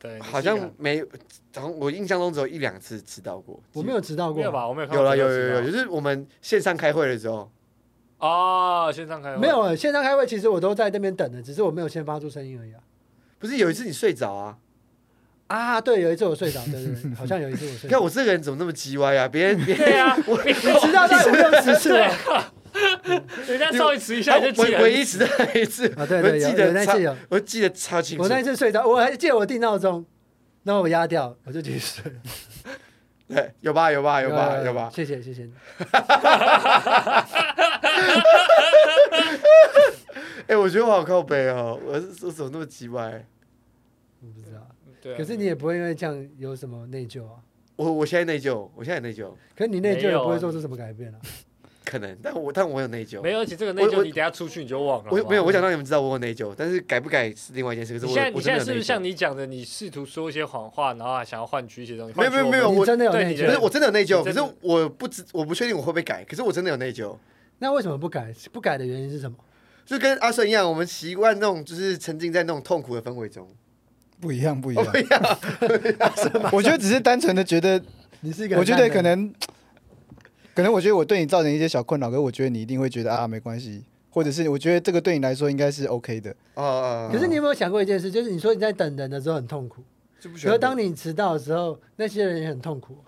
D: 对，你是
B: 好
D: 一个
B: 像没，好像我印象中只有一两次迟到过。
A: 我没有迟到
D: 啊没
A: 过
D: 有，吧？我没有看
B: 有
D: 到
B: 了
D: 这
B: 有
D: 个
B: 有有，
D: 情
B: 有
D: 况
B: 就是我们线上开会的时候，
D: 哦，线上开会
A: 没有欸线上开会，其实我都在那边等的，只是我没有先发出声音而已啊。
B: 不是有一次你睡着啊？
A: 啊，对，有一次我睡着，对对对，好像有一次我睡
B: 你看
A: 着，
B: 我这个人怎么那么叽歪啊？别人别人
D: 对啊，我
A: 你迟到大概五六十次 了
D: 人家啊稍微迟一
B: 他
A: 哎
D: 下就
B: 唯
D: 记
B: 唯啊一
D: 得。
B: 迟到的一次，
A: 啊，对对，
B: 我
A: 有
B: 记
A: 有那
B: 得
A: 次
B: 超，
A: 有，
B: 我记得超清楚
A: 我那。次睡着，我还记得我定闹钟，然后我压掉，我就继续睡了。
B: 对，有吧，有吧，有哎吧，有吧。
A: 谢谢谢谢你，
B: 哎，我觉得我好靠背哦，我是我怎么那么奇怪？
A: 我不知道。
D: 对啊，
A: 可是你也不会因为这样有什么内疚啊？
B: 我我现在内疚，我现在内疚，
A: 可是你内疚
D: 没
A: 也
D: 有啊
A: 不会做出什么改变啊？
B: 可能，但我但我有内疚。
D: 没有，而且这个内
B: 我
D: 疚
B: 我
D: 你等下出去你就忘了。
B: 我
D: 好不好
B: 没有，我想让你们知道我有内疚，但是改不改是另外一件事。可是
D: 你
B: 我
D: 现在你
B: 我
D: 现
B: 真的
D: 在
B: 有
D: 是
B: 内
D: 不是
B: 疚
D: 像。你讲的，你试图说一些谎话，然后还想要换取一些东西？
B: 没有
D: 换取我
B: 没有
D: 们
B: 没有
A: 你真的有
D: 对
A: 内
D: 你
A: 疚啊
D: 觉
B: 不
D: 得
B: 是，我真的有内疚，可
D: 你真
B: 是
D: 的
B: 我不知我不确定我会不会改，可是我真的有内疚，
A: 那为什么不改？不改的原因是什么？
B: 就跟阿顺一样，我们习惯那种就是沉浸在那种痛苦的氛围中。
C: 不一样，不一样，不一样。我觉得只是单纯的觉得，
A: 你是一个
C: 我
A: 很
C: 觉
A: 烂的
C: 得
A: 人，
C: 可能，可能我觉得我对你造成一些小困扰，可是我觉得你一定会觉得啊没关系，或者是我觉得这个对你来说应该是 OK 的。
B: 哦哦，
A: 可是
C: 嗯
A: 你有没有想过一件事？就是你说你在等人的时候很痛苦，
B: 就不喜
A: 可
B: 欢
A: 是当你迟到的时候，那些人也很痛苦。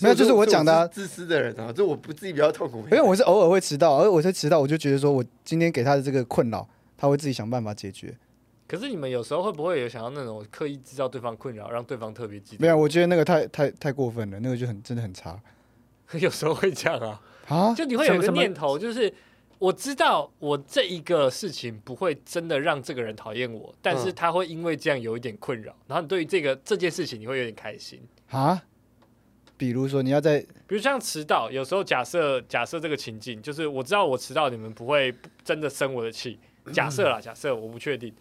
C: 没有，就是我
B: 是
C: 讲的啊、
B: 自私的人啊，就我不自己比较痛苦。
C: 因为我是偶尔会迟到，而我是迟到，我就觉得说我今天给他的这个困扰，他会自己想办法解决。
D: 可是你们有时候会不会有想要那种刻意制造对方困扰，让对方特别记
C: 没
D: 得？
C: 有，我觉得那个太太太过分了，那个就很真的很差
D: 有时候会这样啊，
C: 啊。
D: 就你会有一个
A: 哦什么
D: 念头，就是我知道我这一个事情不会真的让这个人讨厌我，但是
B: 嗯
D: 他会因为这样有一点困扰，然后你对于这个这件事情你会有点开心。
C: 啊，比如说你要在
D: 比如像迟到，有时候假设假设这个情境，就是我知道我迟到，你们不会真的生我的气。假 设啦，假设我不确定，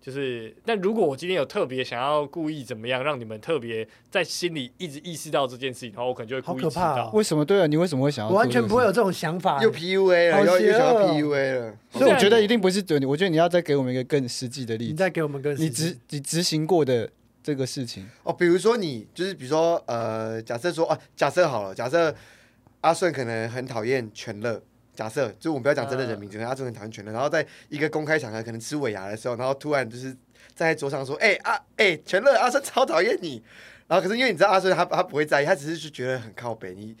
D: 就是但如果我今天有特别想要故意怎么样，让你们特别在心里一直意识到这件事情，然后我可能就会故意
A: 好
D: 迟
A: 可怕哦
D: 到。
C: 为什么对啊？你为什么会想要？
A: 我完全不会有。这种想法。欸
B: 又 PUA 了，
A: 好
B: 又又
A: 邪恶
B: 想要
A: 哦
B: PUA 了。
C: 所以我觉得一定不是对你，我觉得你要再给我们一个更实际的例
A: 你
C: 子，
A: 再给我们个
C: 你
A: 时间
C: 执你执行过的这个事情，
B: 哦，比如说你就是比如说呃，假设说啊，假设好了，假设阿顺可能很讨厌全乐。假设就是我们不要讲真的人名，
D: 嗯
B: 可能阿顺很讨厌全乐，然后在一个公开场合，可能吃尾牙的时候，然后突然就是站在桌上说：“哎、啊，哎、全乐，阿顺超讨厌你。”然后可是因为你知道阿顺他他不会在意，他只是就觉得很靠北，你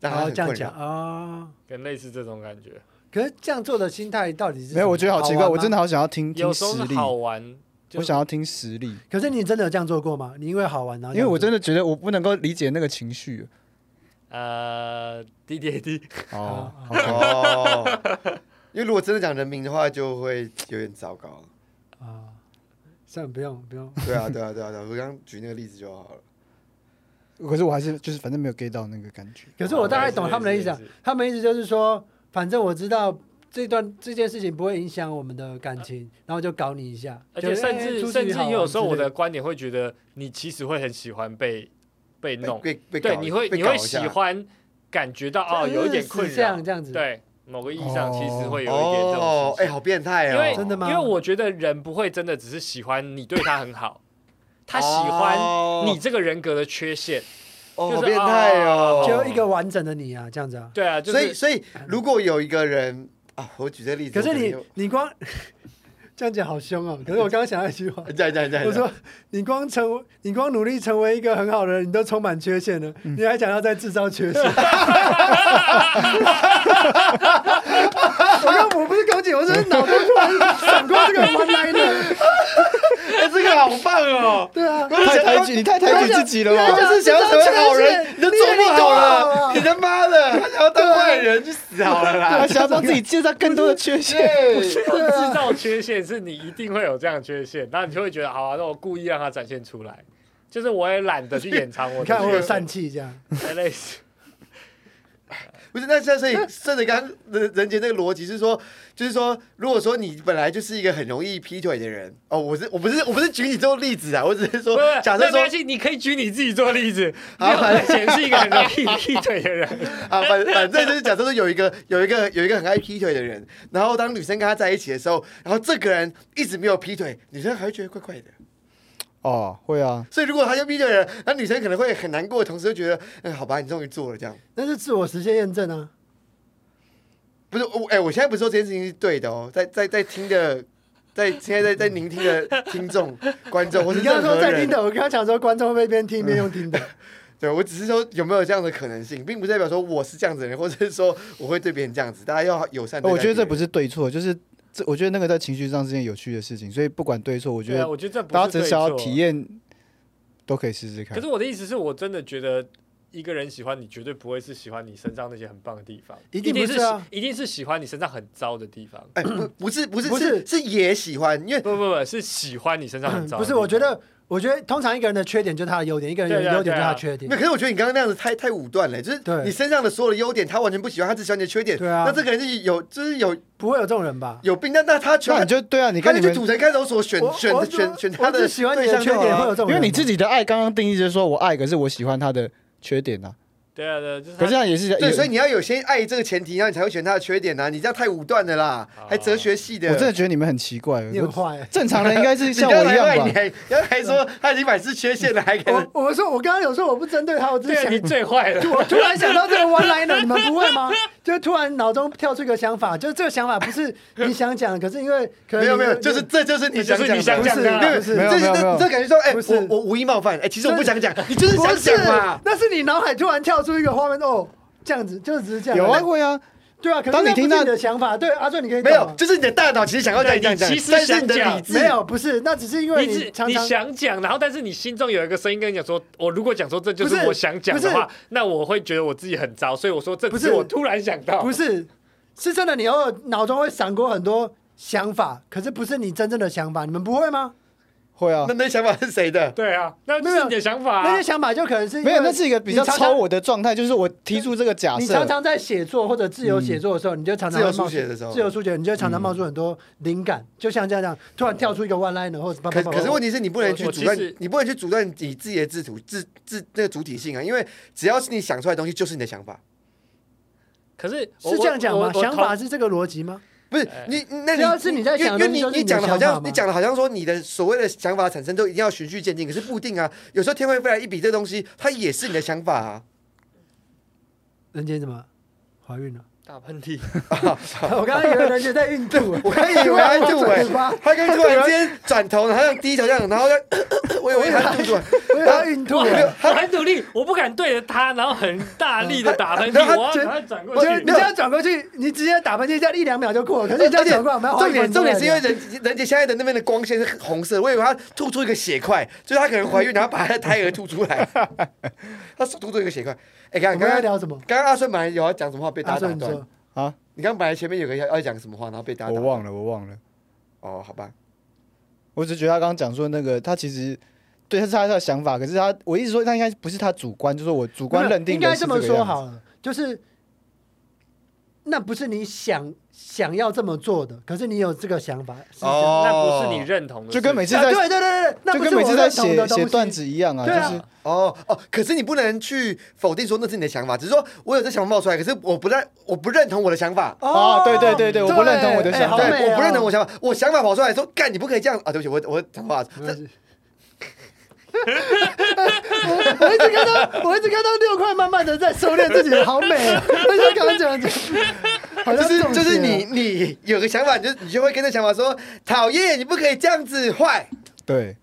B: 让
A: 然
B: 他
A: 后
B: 很
A: 哦这样
B: 困
A: 讲
D: 哦
B: 扰。
A: 啊。
D: 跟类似这种感觉，
A: 可是这样做的心态到底是什么
C: 没有，我觉得好奇怪，
A: 玩吗
C: 我真的好想要听听
D: 有时
C: 实
D: 候是
C: 例，
D: 好玩，就
C: 我想要听实例，
A: 可是你真的有这样做过吗？你因为好玩然后
C: 因为我真
A: 的
C: 的觉得我不能够理解那个情绪。
D: 呃滴滴滴，
C: 哦，好吧
B: 哦， 因为如果真的讲人名的话，就会有点糟糕。
A: 啊，算了，不用不用，
B: 对啊，对啊，对啊，对啊，我刚刚举那个例子就好了。
C: 可是我还是就是反正没有 get 到那个感觉。
A: 可是我大概懂他们的意思、
D: 哦
A: 啊
D: 没事没事，
A: 他们意思就是说，反正我知道这段这件事情不会影响我们的感情，然后就搞你一下，
D: 啊而且
A: 就
D: 甚
A: 哎
D: 至
A: 出去
D: 甚至
A: 好玩
D: 有时候
A: 之
D: 我
A: 类
D: 的观点会觉得，你其实会很喜欢被被弄，
B: 被被
D: 对，
B: 搞
D: 你会
B: 被
D: 你
B: 搞
D: 会
B: 一下
D: 喜欢感觉到哦，
A: 这
D: 有一点
A: 是
D: 困
A: 这
D: 扰
A: 样，这样子，
D: 对，某个意义上
C: 哦
D: 其实会有一点
B: 哦
D: 这种，
B: 哎、
D: 事情
B: 好变态
D: 因
B: 哦！
D: 为
A: 真的吗
D: 因为我觉得人不会真的只是喜欢你对他很好，他喜欢你这个人格的缺陷。
B: 哦，
D: 就是
B: 好变态哦！
A: 就一个完整的你啊，这样子啊。
D: 对啊，就
B: 所以
D: 是
B: 所以如果有一个人啊，我举这例子，
A: 可是你
B: 我
A: 你光 这样讲好凶哦，可是我刚刚想到一 句话
B: 可
D: 哎
B: 能就，哎这样这样这样，
A: 我说你光成为你光努力成为一个很好的人，你都充满缺陷了，
D: 嗯
A: 你还想要再制造 缺陷？我刚我不是攻击，我只是脑中突然闪过这个 one liner。
B: 哎，这个好棒哦！
A: 对啊，
C: 太抬举你太抬举自己了
B: 我
C: 吧？
B: 就是想要成为好人，你
A: 你
B: 都
A: 都
B: 做
A: 做
B: 不
A: 不
B: 好
A: 好
B: 了
A: 了，
B: 你他妈的，他想要当坏人去死好了
C: 他
B: 啦！
C: 啊想要帮自己制造更多的缺陷。
B: 对，
A: 啊
D: 制造缺陷是你一定会有这样的缺陷，那你就会觉得好啊，那我故意让他展现出来，就是我也懒得去掩藏
A: 你
D: 我的缺陷。
A: 看我有疝气这样，
D: 类似，
B: 不是，那现在所以顺着刚刚人人杰那个逻辑是说，就是说，如果说你本来就是一个很容易劈腿的人，哦，我是我不是我不是举你这个例子啊，我只是说
D: 不是，
B: 假设
D: 那没
B: 说
D: 关系，你可以举你自己做 例子。
B: 好
D: 好，本前是一个很容易劈腿的人，
B: 啊，反反正就是假设说有一个有一个有一个很爱劈腿的人，然后当女生跟他在一起的时候，然后这个人一直没有劈腿，女生还会觉得怪怪的。
C: 哦，会啊，
B: 所以如果他就劈腿了，那女生可能会很难过，同时又觉得，嗯，好吧，你终于做了这样。
A: 那是自我实现验证啊。
B: 不是我，哎、我现在不是说这件事情是对的哦，在在在听的，在现在在在聆听的听众、观众，或是
A: 你刚
B: 任
A: 刚
B: 何
A: 说在
B: 人
A: 听，的，我刚刚想说观众会不会边听边用听 的，
B: 对我只是说有没有这样的可能性，并不代表说我是这样子的人，或者是说我会对别人这样子。大家要友善对待别人。
C: 我觉得这不是对错，就是这，我觉得那个在情绪上是件有趣的事情，所以不管对错，我觉
D: 对啊，
C: 得
D: 我觉得这不
C: 大家
D: 是
C: 只
D: 对
C: 想要
D: 错
C: 体验都可以试试看
D: 可是。我的意思是我真的觉得一个人喜欢你，绝对不会是喜欢你身上那些很棒的地方，
A: 一
D: 一
A: 定不
D: 是
A: 是啊
D: 喜一定是喜欢你身上很糟的地方。
B: 哎，不不是不是
A: 不
B: 是
A: 是
B: 是也喜欢，因为
D: 不不不是喜欢你身上很糟的地方、
A: 不是，我觉得，我觉得通常一个人的缺点就是他的优点，一个人
D: 对
A: 的
D: 啊
A: 优点就是他的
D: 对啊
A: 缺点
B: 没有。。可是我觉得你刚刚那样子太太武断了，就是
A: 对
B: 你身上的所有的优点，他完全不喜欢，他只喜欢你的缺点。
A: 对啊
B: 那这个人是有就是有
A: 不会有这种人吧？
B: 有病，那那他全
C: 那你就对啊，你
B: 他
C: 看
B: 就
C: 你
B: 去
C: 们，
B: 土城看守所选
A: 我
B: 选
A: 我只
B: 选选他
A: 我
B: 的
A: 只喜欢你
B: 对
A: 的
B: 象
A: 缺
B: 就好
A: 点，会有
B: 了。
A: 这种人吗，啊
C: 因为你自己的爱刚刚定义就是说我爱，可是我喜欢他的缺点啊。
D: 对啊对啊，就是
C: 可
D: 他
C: 是这样也是
B: 对，
C: 有
B: 所以你要有先爱这个前提，然后你才会选他的缺点呐、你这样太武断的啦，
D: 啊
B: 还哲学系的。
C: 我真的觉得你们很奇怪。
A: 你
C: 我
A: 很坏欸。
C: 正常人应该是
B: 你
C: 像
B: 刚
C: 我
B: 才
C: 一
B: 赖
C: 样
B: 你
C: 吧？
B: 还刚才还说他已经满是缺陷了，还可能
A: 我我说我刚刚有说我不针对他，我只
D: 对
A: 是
D: 啊，
A: 想
D: 你最坏 了。
A: 我突然想到这个 one liner，你们不会吗？就突然脑中跳出一个想法，就是这个想法不是你想讲，可是因为可能
B: 没有没有，
A: 你
B: 就是这就是你想讲的，
D: 这就是你想
A: 讲的啊
B: 没有
A: 不是
B: 没有这
C: 没有没有没
B: 这
C: 有
B: 这感觉说，哎，
A: 不是
B: 我我无意冒犯，哎，其实我不想讲，你就是
A: 不
B: 想
A: 是
B: 讲嘛，。
A: 那是你脑海突然跳出一个画面哦，这样子就只是这样。
C: 有啊，，会啊，
A: 对啊。可是
C: 当你
A: 那不是
C: 听到
A: 你的想法，对阿壮，你可以
B: 没
A: 懂
B: 有
A: 啊，
B: 就是你的大脑其实想要
D: 对
B: 讲讲讲，
D: 你其实
B: 但是
D: 想
B: 你的
D: 讲
B: 理智
A: 没有不是，那只是因为
D: 你只
A: 常
D: 你
A: 常
D: 想讲，然后但是你心中有一个声音跟你讲说，我如果讲说这就
A: 不
D: 是
A: 是
D: 我想讲的话，那我会觉得我自己很糟，所以我说这
A: 不
D: 是
A: 是
D: 我突然想到，
A: 不是是真的，你偶尔脑中会闪过很多想法，可是不是你真正的想法，你们不会吗？
C: 会啊
B: 那。那想法是谁的？
D: 对啊，那
A: 没
D: 是
A: 有
D: 你的想法、
A: 那
D: 啊
A: 些。想法就可能是因
C: 没有，
A: 为
C: 那是一个比较
A: 你常
C: 超
A: 常
C: 我的状态，就是我提出这个假
A: 你
C: 设。
A: 常常在写作或者自由写作的时候，你就常常
B: 自由
A: 会冒出
B: 书写哦的时候
A: 自由书写，你就会常常冒出很多灵感，就像这样这样，突然跳出一个 one liner 或者叭
B: 可
A: 叭叭叭
B: 可是问题是你不能
D: 我
B: 去
D: 我
B: 阻
D: 其
B: 断
D: 实，
B: 你不能去阻断你自己的自主自自那个主体性啊，因为只要是你想出来的东西，就是你的想法，
D: 可是我
A: 是这样讲
D: 我
A: 吗
D: 我？我
A: 想
D: 同
A: 法是这个逻辑吗？
B: 不是
D: 哎
B: 你那
A: 只要是你在想
B: 因为
A: 的
B: 因为
A: 东
B: 你
A: 西就是你的
B: 讲的好
A: 想
B: 像
A: 法嘛
B: 你讲的好像说你的所谓的想法产生都一定要循序渐进，可是不一 定啊，有时候天外飞来一笔这东西，它也是你的想法啊。
A: 人间怎么怀孕了？
D: 打喷嚏，
A: 我刚刚以为人间在孕吐，
B: 我 刚以为他在吐哎、
A: 我把
B: 他刚突然间转头，然后这样低头这样，然后这样我以为他 吐出来，
A: 我以为他孕吐
D: 我
A: 哎。
D: 我很努力，我不敢对着他，然后很大力的打喷
B: 然后
A: 就
B: 他
D: 嚏，我要赶快转过
A: 我
D: 去
A: 就。你这样转过去，你直接打喷嚏，这样一两秒就过了。可是你这样转过来，我们要花
B: 重
A: 哦一分
B: 点
A: 钟
B: 重
A: 来
B: 点是因为
A: 聊。
B: 人人家现在的那边的光线是红色，我以为他吐出一个血块，就是他可能怀孕，然后把他的胎儿吐出 来，他吐出一个血块。哎、
A: 我
B: 刚
A: 们
B: 刚
A: 要
B: 刚
A: 聊什么？
B: 刚阿顺本来有要讲什么话被大
A: 阿
B: 家打
A: 顺，你
B: 断，
A: 说
C: 啊，
B: 你刚刚本来前面有个要要讲什么话，然后被大家
C: 我
B: 打
C: 忘了，我忘了。
B: 哦，好吧，
C: 我只觉得他刚刚讲说那个，他其实对他是他的想法，可是他我一直说他应该不是他主观，就是我主观认定
A: 应
C: 的
A: 该
C: 是这
A: 么
C: 个
A: 说
C: 样子
A: 好了，就是那不是你想想要这么做的，可是你有这个想法。是这样
B: 哦
D: 那不是你认同的事，
C: 就跟每次
A: 啊
C: 在
A: 对对对对，那
C: 就
A: 不是
C: 跟每
A: 我
C: 次在
A: 认同
C: 写
A: 的东
C: 写
A: 西
C: 段子一样啊，
A: 对啊
C: 就是
B: 哦哦，可是你不能去否定说那是你的想法，只是说我有这想法冒出来，可是我不认我不认同我的想法，
C: 哦对对对对我不认同我的
A: 哎
C: 想法
A: 好
B: 对，
A: 美
B: 我不认
A: 哦
B: 同我想法，我想法跑出来说，干你不可以这样啊！对不起，我我讲话，
A: 没关系我一直看到，我一直看到六块慢慢的在收敛自己，好美啊！而且刚刚讲的，好
B: 就
A: 像
B: 是
A: 中邪
B: 就
A: 啊
B: 是
A: 了
B: 你你有个想法，你就你就会跟着想法说讨厌，你不可以这样子坏。
C: 对，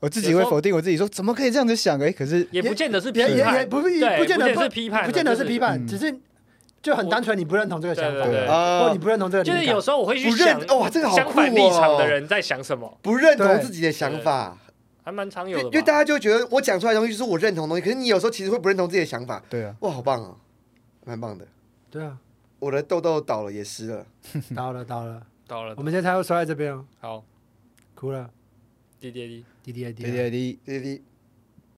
C: 我自己会否定我自己说怎么可以这样子想哎，可是
D: 也不见得是批
A: 也也也
D: 判，
A: 不是
D: 对
A: 不见得
D: 是批判啊，
A: 不见得是
D: 就
A: 批判，只是就很单纯你不认同这个想法
D: 对，
C: 对
A: 或
B: 啊
A: 你，不认同这个
D: 就是
A: 灵
D: 有
A: 感。
D: 时候我会去
B: 不
D: 想
B: 认，
A: 哦
B: 哇，这个好
D: 相
B: 酷
D: 反立场的
B: 哦！
D: 人在想什么，
B: 不认同
A: 对
B: 自己的想法，
D: 还蛮常
B: 因
D: 有
B: 为
D: 的吧。
B: 因为大家就会觉得我讲出来的东西是我认同的东西，可是你有时候其实会不认同自己的想法。
C: 对啊，
B: 哇，好棒哦，蛮棒的。
A: 对啊，
B: 我的痘痘倒了也湿了，
A: 倒了倒了，
D: 到了
A: 我，们现在才会说在这边哦，
D: 好，
A: 哭了，
D: 滴滴滴。
A: 滴滴滴
C: 对对对，
B: 滴滴